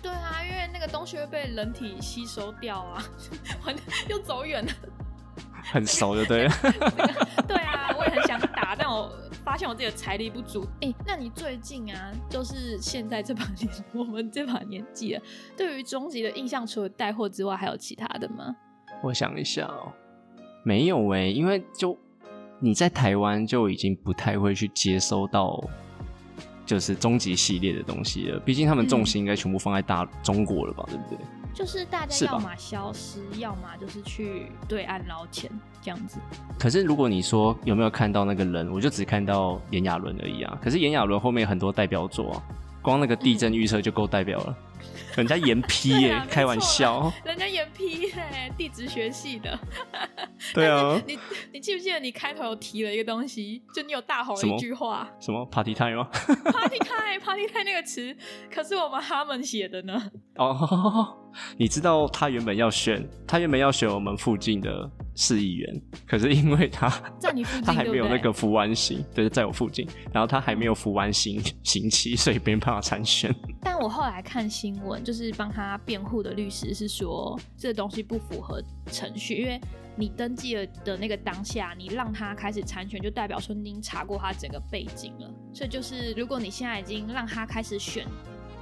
对啊，因为那个东西会被人体吸收掉啊， (laughs) 完了又走远了。很熟就 (laughs) 对了。对啊，我也很想打，但我发现我自己的财力不足。哎、那你最近啊，就是现在这把年，我们这把年纪了， (laughs) 对于终极的印象，除了带货之外，还有其他的吗？我想一下哦，没有哎、因为就你在台湾就已经不太会去接收到就是终极系列的东西了，毕竟他们重心应该全部放在大中国了吧，对不对？就是大是家吧要么消失，要么就是去对岸捞钱这样子。可是如果你说有没有看到那个人，我就只看到炎亚纶而已啊。可是炎亚纶后面很多代表作、啊，光那个地震预测就够代表了。人家严批耶、对啊没错啦开玩笑，人家研批哎、地质学系的。对啊， (laughs) 你你记不记得你开头有提了一个东西，就你有大吼了什么一句话什么 party time 吗？ (laughs) “party time”，“party time” 那个词，可是我们哈们写的呢。哦， (laughs) 你知道他原本要选，他原本要选我们附近的市议员，可是因为他在你附近他还没有那对不个对服完刑，对，在我附近，然后他还没有服完刑刑期，所以没办法参选。但我后来看新闻，就是帮他辩护的律师是说，这东西不符合程序，因为你登记了的那个当下，你让他开始参选，就代表说你已经查过他整个背景了。所以就是，如果你现在已经让他开始选，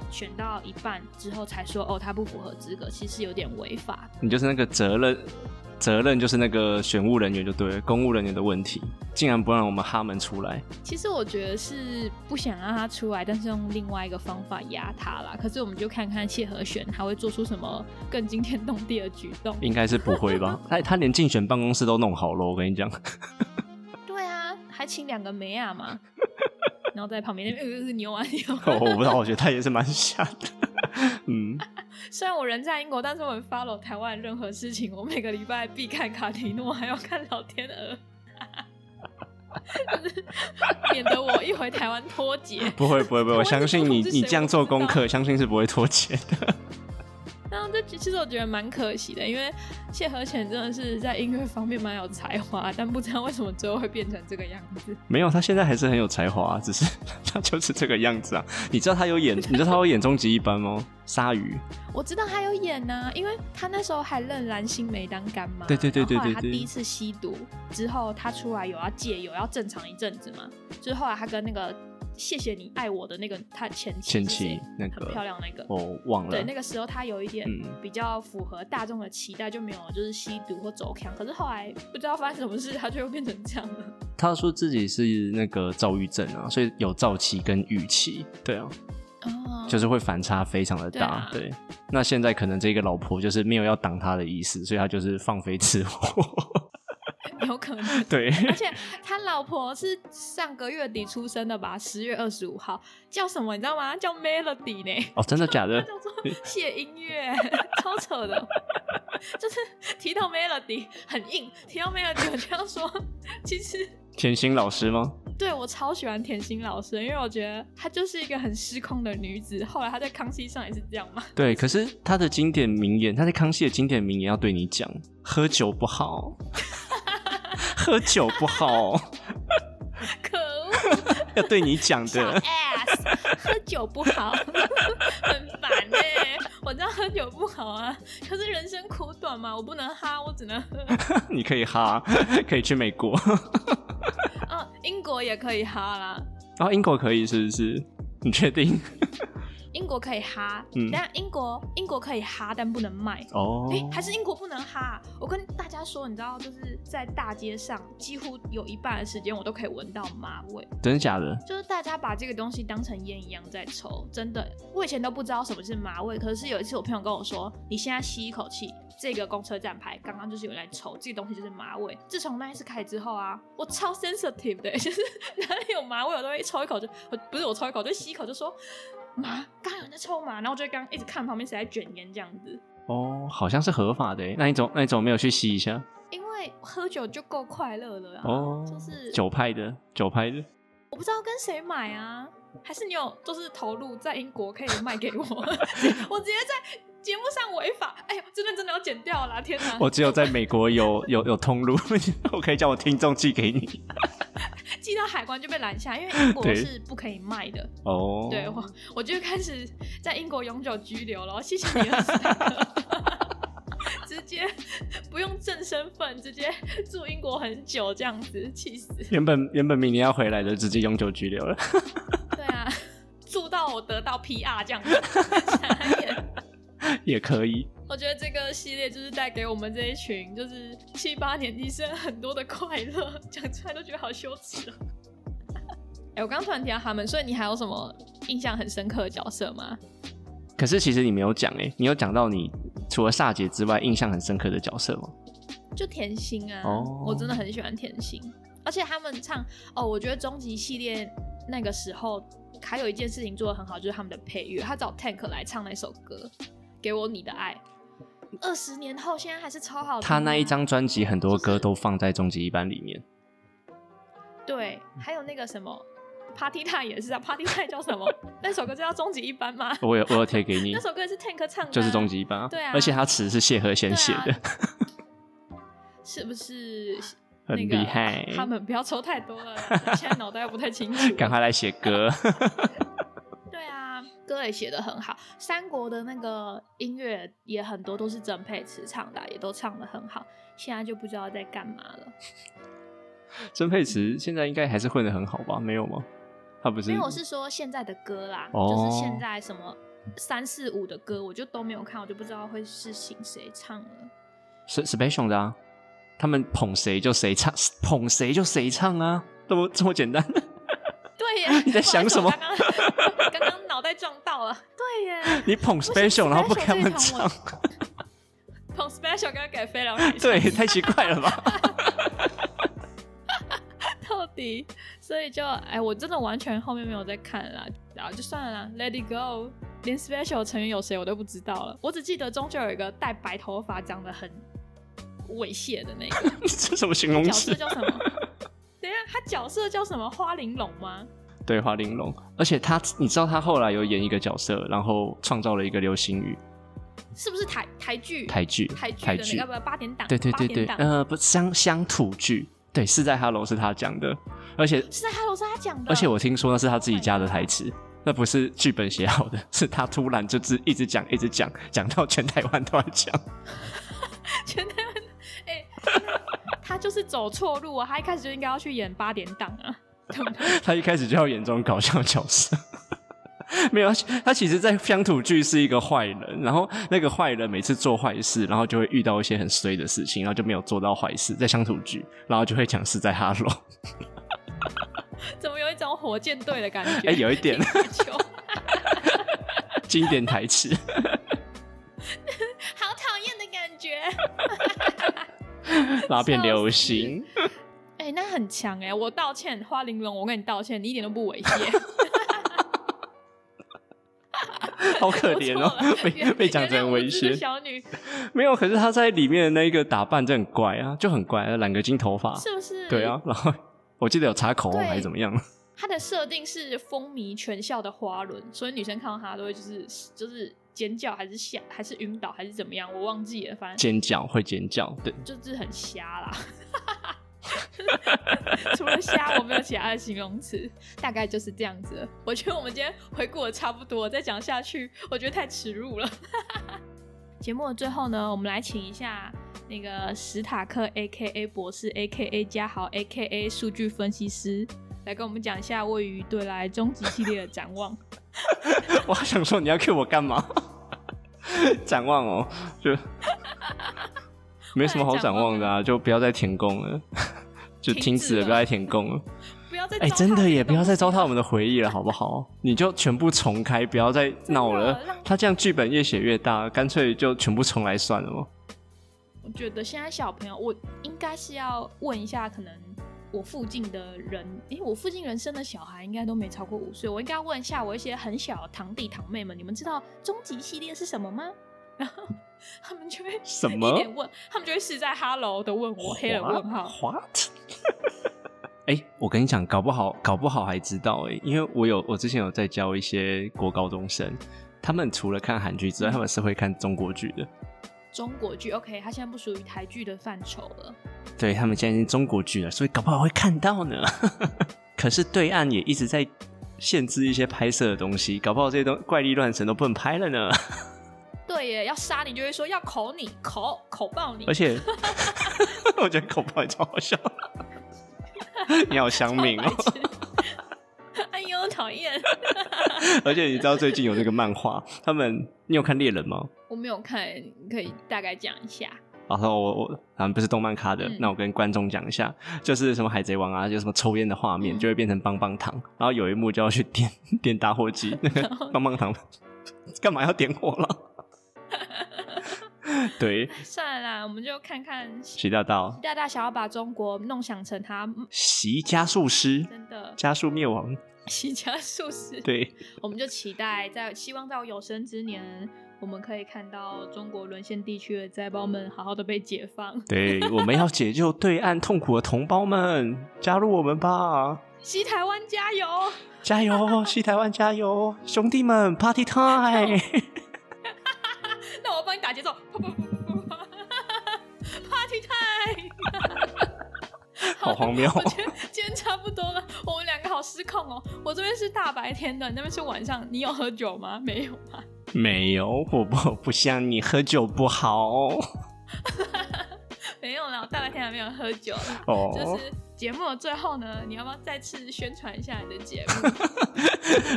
选到一半之后才说哦他不符合资格，其实有点违法。你就是那个责任，责任就是那个选务人员就对了，公务人员的问题，竟然不让我们哈门出来，其实我觉得是不想让他出来，但是用另外一个方法压他啦。可是我们就看看谢和弦他会做出什么更惊天动地的举动。应该是不会吧？ (laughs) 他他连竞选办公室都弄好了，我跟你讲，对啊，还请两个梅亚嘛，然后在旁边那边呃呃牛啊牛我啊。 (laughs) 我不知道，我觉得他也是蛮瞎的，嗯，虽然我人在英国，但是我很 follow 台湾任何事情，我每个礼拜必看卡提诺，还要看老天鹅。就是免得我一回台湾脱节。不会不会不会，我也不知道我相信你 (laughs) 是谁你这样做功我课，相信是不会脱节的。那这其实我觉得蛮可惜的，因为谢和弦真的是在音乐方面蛮有才华，但不知道为什么最后会变成这个样子。没有，他现在还是很有才华、只是 (laughs) 他就是这个样子啊。你知道他有演，你知道他有演终极一班吗？鲨鱼，我知道他有演呐、因为他那时候还认蓝心湄当干妈，对对对对然后后来他对对第一次吸毒之后，他出来有要戒，有要正常一阵子嘛，就是后来他跟那个谢谢你爱我的那个他前妻前是谁妻那很漂个，亮那个，我忘了。对，那个时候他有一点嗯比较符合大众的期待，就没有就是吸毒或走腔。可是后来不知道发生什么事，他就又变成这样了。他说自己是那个躁郁症啊，所以有躁期跟郁期。对啊，哦就是会反差非常的大。对对，啊那现在可能这个老婆就是没有要挡他的意思，所以他就是放飞自我。 (laughs) 有可能。对，而且他老婆是上个月底出生的吧，十月二十五号，叫什么你知道吗？叫 Melody 呢？哦，真的假他 (laughs) 的？叫做谢音乐，超扯的。就是提到 Melody 很硬，提到 Melody 我就要说，其实甜心老师吗？对我超喜欢甜心老师，因为我觉得她就是一个很失控的女子。后来她在康熙上也是这样嘛。对，可是他的经典名言，他在康熙的经典名言要对你讲：喝酒不好， (laughs) 喝酒不好， (laughs) 可恶，要对你讲小的。 ass，喝酒不好， (laughs) 很烦哎、我知道喝酒不好啊，可是人生苦短嘛，我不能哈，我只能喝。你可以哈， (laughs) 可以去美国， (laughs) 啊，英国也可以哈啦，然后哦英国可以是不是？你确定？英国可以哈，嗯但英国英国可以哈，但不能卖。哦，哎、还是英国不能哈！我跟大家说，你知道，就是在大街上，几乎有一半的时间我都可以闻到马味，真的假的？就是大家把这个东西当成烟一样在抽。真的，我以前都不知道什么是马味，可是有一次我朋友跟我说，你现在吸一口气，这个公车站牌刚刚就是有人在抽，这个东西就是马味。自从那一次开始之后啊，我超 sensitive 的、欸 (laughs) 就是哪里有马味，我都会抽一口就，我不是我抽一口就吸一口就说。麻，刚刚有人在抽麻，然后我就刚刚一直看旁边谁在卷烟这样子，哦，好像是合法的欸诶。那你总那你总没有去吸一下？因为喝酒就够快乐了啊，哦，就是酒派的，酒派的。我不知道跟谁买啊，还是你有就是投入在英国可以卖 (laughs) 给我，我直接在节目上违法，哎呦，真的真的要剪掉啦！天哪，我只有在美国有 (laughs) 有有通路，我可以叫我听众寄给你。寄到海关就被拦下，因为英国对是不可以卖的。哦，对我，我就开始在英国永久居留了，谢谢你二十大哥。 (laughs) 直接不用正身份，直接住英国很久这样子，气死！原本原本明年要回来的，直接永久居留了。 (laughs) 对啊，住到我得到 PR 这样 (laughs) 子，傻眼。也可以。我觉得这个系列就是带给我们这一群就是七八年级生很多的快乐，讲出来都觉得好羞耻哦。哎、我刚刚突然提到他们，所以你还有什么印象很深刻的角色吗？可是其实你没有讲哎、你有讲到你除了萨姐之外印象很深刻的角色吗？就甜心啊，哦我真的很喜欢甜心，而且他们唱哦，我觉得终极系列那个时候还有一件事情做的很好，就是他们的配乐，他找 Tank 来唱那首歌《给我你的爱》，二十年后现在还是超好听啊、她那一张专辑很多就是歌都放在终极一班里面。对，嗯还有那个什么，Party Time 也是啊，Party Time 叫什么？ (laughs) 那首歌就叫《终极一班》吗？我有我有贴给 (laughs) 你那，首歌也是 Tank 唱的、啊，就是终，极一班、对啊而且他词是谢和弦写对啊的，是不是？很那个厉害他们不要抽太多了，我现在脑袋不太清 (laughs) 楚。 (laughs) 赶快来写歌。对啊，歌也写的很好，三国的那个音乐也很多都是曾沛慈唱的啊、也都唱的很好。现在就不知道在干嘛了。曾沛慈现在应该还是混得很好吧？没有吗？她不是？没有，我是说现在的歌啦，哦就是现在什么三四五的歌，我就都没有看，我就不知道会是请谁唱了。是 special 的啊，他们捧谁就谁唱， (laughs) 捧谁就谁唱啊，这么这么简单。 (laughs) 对耶，你在想什不么好意思我刚刚 (laughs) 刚刚脑袋撞到了。对耶，你捧行 special，然后不给他 special 们这一场唱我，捧 special 刚刚给飞了， (laughs) 对，太奇怪了吧？ (laughs) (laughs) 到底，所以就哎，我真的完全后面没有再看了啦，然后就算了啦，Let it go。连 special 成员有谁我都不知道了，我只记得中间有一个戴白头发、长得很猥亵的那个这什么形容角词色？叫什么？等一下，他角色叫什么？花玲珑吗？对，花玲珑。而且他，你知道他后来有演一个角色，然后创造了一个流星雨，是不是台台剧？台剧，台剧台的那剧个，不八点档？对对八对对点，档呃，不乡乡土剧，对，是在 Hello 是他讲的，而且是在哈罗是他讲的，而且我听说那是他自己加的台词，那不是剧本写好的，是他突然就自一直讲一直讲，讲到全台湾都在讲。全台湾的，哎、他就是走错路啊！他一开始就应该要去演八点档啊， (laughs) 对不对？他一开始就要演这种搞笑角色。 (laughs) 没有，他他其实，在乡土剧是一个坏人，然后那个坏人每次做坏事，然后就会遇到一些很衰的事情，然后就没有做到坏事，在乡土剧，然后就会讲是在哈喽，怎么有一种火箭队的感觉？哎有一 (laughs) 点乒乓球经典台词。好讨厌的感觉。拉变流行，哎、那很强哎、我道歉，花玲珑，我跟你道歉，你一点都不猥亵， (laughs) 好可怜我哦错了，被原被讲成原谅我猥这个亵。小女 (laughs) 没有，可是他在里面的那个打扮就很怪啊，就很怪，染个金头发，是不是？对啊，，然后我记得有擦口红对还是怎么样，她的设定是风靡全校的花轮，所以女生看到她都会就是就是尖叫，还是吓，还是晕倒，还是怎么样，我忘记了，反正尖叫会尖叫，对， (laughs) 就是很瞎啦。 (laughs) 除了瞎，我没有其他的形容词，大概就是这样子了。我觉得我们今天回顾的差不多，再讲下去，我觉得太耻辱了。 (laughs) 节目的最后呢，我们来请一下那个史塔克 （A K A 博士 ）（A K A 嘉豪 ）（A K A 数据分析师）来跟我们讲一下位于对来终极系列的展望。我还想说你要 Q 我干嘛？ (laughs) 展望哦，就没什么好展望的啊，就不要再填供了， (laughs) 就停停止止了，了不要再填供了。不要再哎、糟蹋真的这也些不要再糟蹋我们东的回忆了，好不好？你就全部重开，不要再闹了真的让。他这样剧本越写越大，干脆就全部重来算了嘛。西了。我觉得现在小朋友，我应该是要问一下，可能我附近的人，因为我附近人生的小孩应该都没超过五岁，我应该要问一下我一些很小的堂弟堂妹们，你们知道终极系列是什么吗？ (laughs) 然后他们就会什一么脸问，他们就会是在 “hello” 的问我 (laughs) 黑人问号。 ？What？哎、我跟你讲，搞不好，搞不好还知道哎、因为我有，我之前有在教一些国高中生，他们除了看韩剧嗯之外，他们是会看中国剧的。中国剧 OK，它现在不属于台剧的范畴了。对他们现在是中国剧了，所以搞不好会看到呢。 (laughs) 可是对岸也一直在限制一些拍摄的东西，搞不好这些东怪力乱神都不能拍了呢。 (laughs) 对耶，要杀你就会说要口你口口爆你，(laughs) 而且我觉得口爆也超好笑。 (laughs) 你好香敏哦！超白痴 (laughs) 哎呦，讨厌！ (laughs) 而且你知道最近有那个漫画，他们你有看猎人吗？我没有看，你可以大概讲一下。然后我我咱们不是动漫咖的，嗯那我跟观众讲一下，就是什么海贼王啊，就什么抽烟的画面嗯就会变成棒棒糖，然后有一幕就要去点点打火机，那个 (laughs) 棒棒糖干嘛要点火了？ (laughs) 对，算了啦，我们就看看习习大大，大大想要把中国梦想成他嗯习加速师，真的加速灭亡，习家素食。，对， (laughs) 我们就期待在希望在我有生之年，我们可以看到中国沦陷地区的灾胞们好好的被解放。对，我们要解救对岸痛苦的同胞们，加入我们吧！西台湾加油！加油，西台湾加油，兄弟们，Party time！那我帮你打节奏，啪啪啪啪啪，Party time！好荒谬我觉得今天差不多了，我们两个好失控哦。我这边是大白天的，你那边是晚上。你有喝酒吗？没有吗？没有，我不我不像你喝酒 (laughs) 不好没有啦，我大白天还没有喝酒啦。哦。就是节目的最后呢，你要不要再次宣传一下你的节目？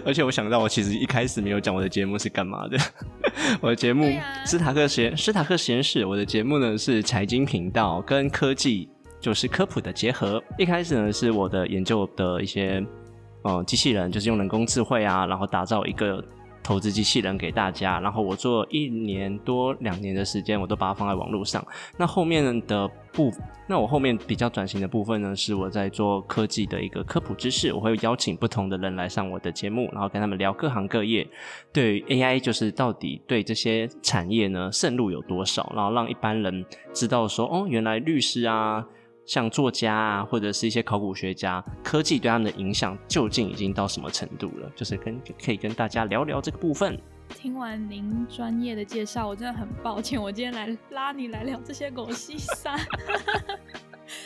而且我想到，我其实一开始没有讲我的节目是干嘛的。 (laughs) 我的节目对啊斯塔克实验斯塔克实验室，我的节目呢是财经频道跟科技就是科普的结合。一开始呢是我的研究的一些呃机器人，就是用人工智慧啊，然后打造一个。投资机器人给大家，然后我做一年多两年的时间，我都把它放在网络上。那后面的部，那我后面比较转型的部分呢，是我在做科技的一个科普知识，我会邀请不同的人来上我的节目，然后跟他们聊各行各业对于 AI 就是到底对这些产业呢渗入有多少，然后让一般人知道说，哦，原来律师啊。像作家啊，或者是一些考古学家，科技对他们的影响究竟已经到什么程度了？就是跟可以跟大家聊聊这个部分。听完您专业的介绍，我真的很抱歉，我今天来拉你来聊这些狗西山。 (laughs)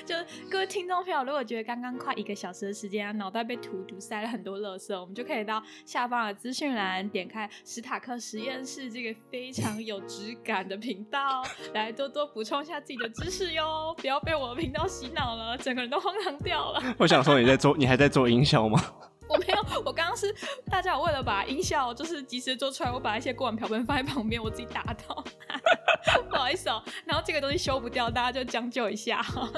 就各位听众朋友，如果觉得刚刚快一个小时的时间、啊，脑袋被荼毒塞了很多垃圾，我们就可以到下方的资讯栏点开史塔克实验室这个非常有质感的频道，来多多补充一下自己的知识哟，不要被我的频道洗脑了，整个人都荒唐掉了。我想说你在做，你还在做音效吗？ (laughs) 我没有，我刚刚是大家我为了把音效就是及时做出来，我把一些锅碗瓢盆放在旁边，我自己打到， (laughs) 不好意思哦、然后这个东西修不掉，大家就将就一下、 (laughs) 哦。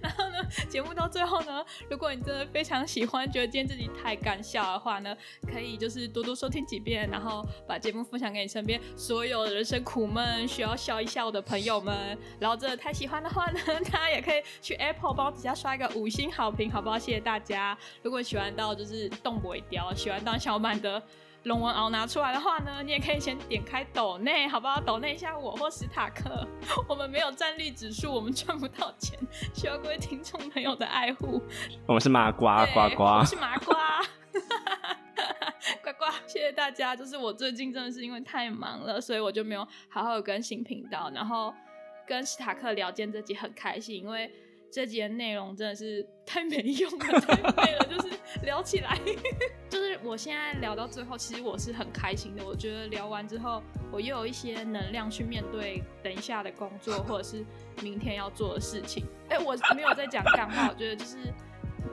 然后呢，节目到最后呢，如果你真的非常喜欢，觉得今天自己太干笑的话呢，可以就是多多收听几遍，然后把节目分享给你身边所有人生苦闷需要笑一笑的朋友们。然后真的太喜欢的话呢， (laughs) 大家也可以去 Apple 帮我底下刷一个五星好评，好不好？谢谢大家。如果你喜欢到就是动不一雕，喜欢当小满的。龙纹鳌拿出来的话呢，你也可以先点开抖内，好不好？抖内一下我或史塔克， (laughs) 我们没有战力指数，我们赚不到钱，需要各位听众朋友的爱护。我们是麻瓜对呱我呱，是麻瓜。 (laughs) 呱呱，谢谢大家。就是我最近真的是因为太忙了，所以我就没有好好的更新频道。然后跟史塔克聊天这集很开心，因为这集的内容真的是太没用了，太废了。就是聊起来，就是我现在聊到最后，其实我是很开心的。我觉得聊完之后，我又有一些能量去面对等一下的工作，或者是明天要做的事情。 (laughs) 哎、我没有在讲干话，我觉得就是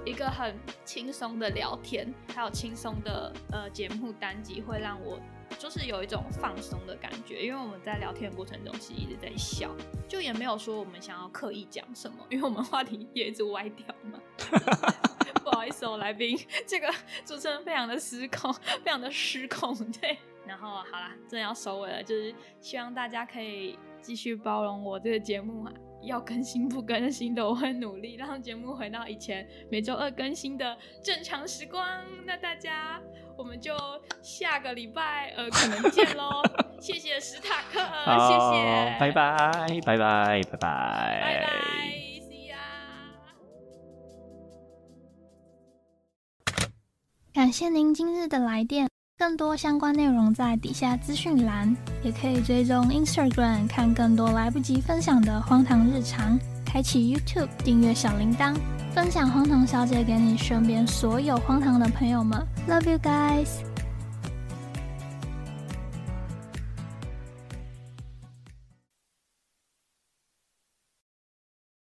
一个很轻松的聊天，还有轻松的呃节目单集，会让我就是有一种放松的感觉。因为我们在聊天的过程中，其实一直在笑，就也没有说我们想要刻意讲什么，因为我们话题也一直歪掉 (laughs) 嘛。不好意思哦，来宾，这个主持人非常的失控，非常的失控，对。然后好啦，真的要收尾了，就是希望大家可以继续包容我这个节目啊，要更新不更新的，我会努力让节目回到以前每周二更新的正常时光。那大家，我们就下个礼拜呃可能见喽，谢谢史塔克，好，谢谢，拜，拜，拜拜，拜拜拜拜。，see ya。感谢您今日的来电，更多相关内容在底下资讯栏，也可以追踪 Instagram 看更多来不及分享的荒唐日常，开启 YouTube 订阅小铃铛，分享荒唐小姐给你身边所有荒唐的朋友们，Love you guys。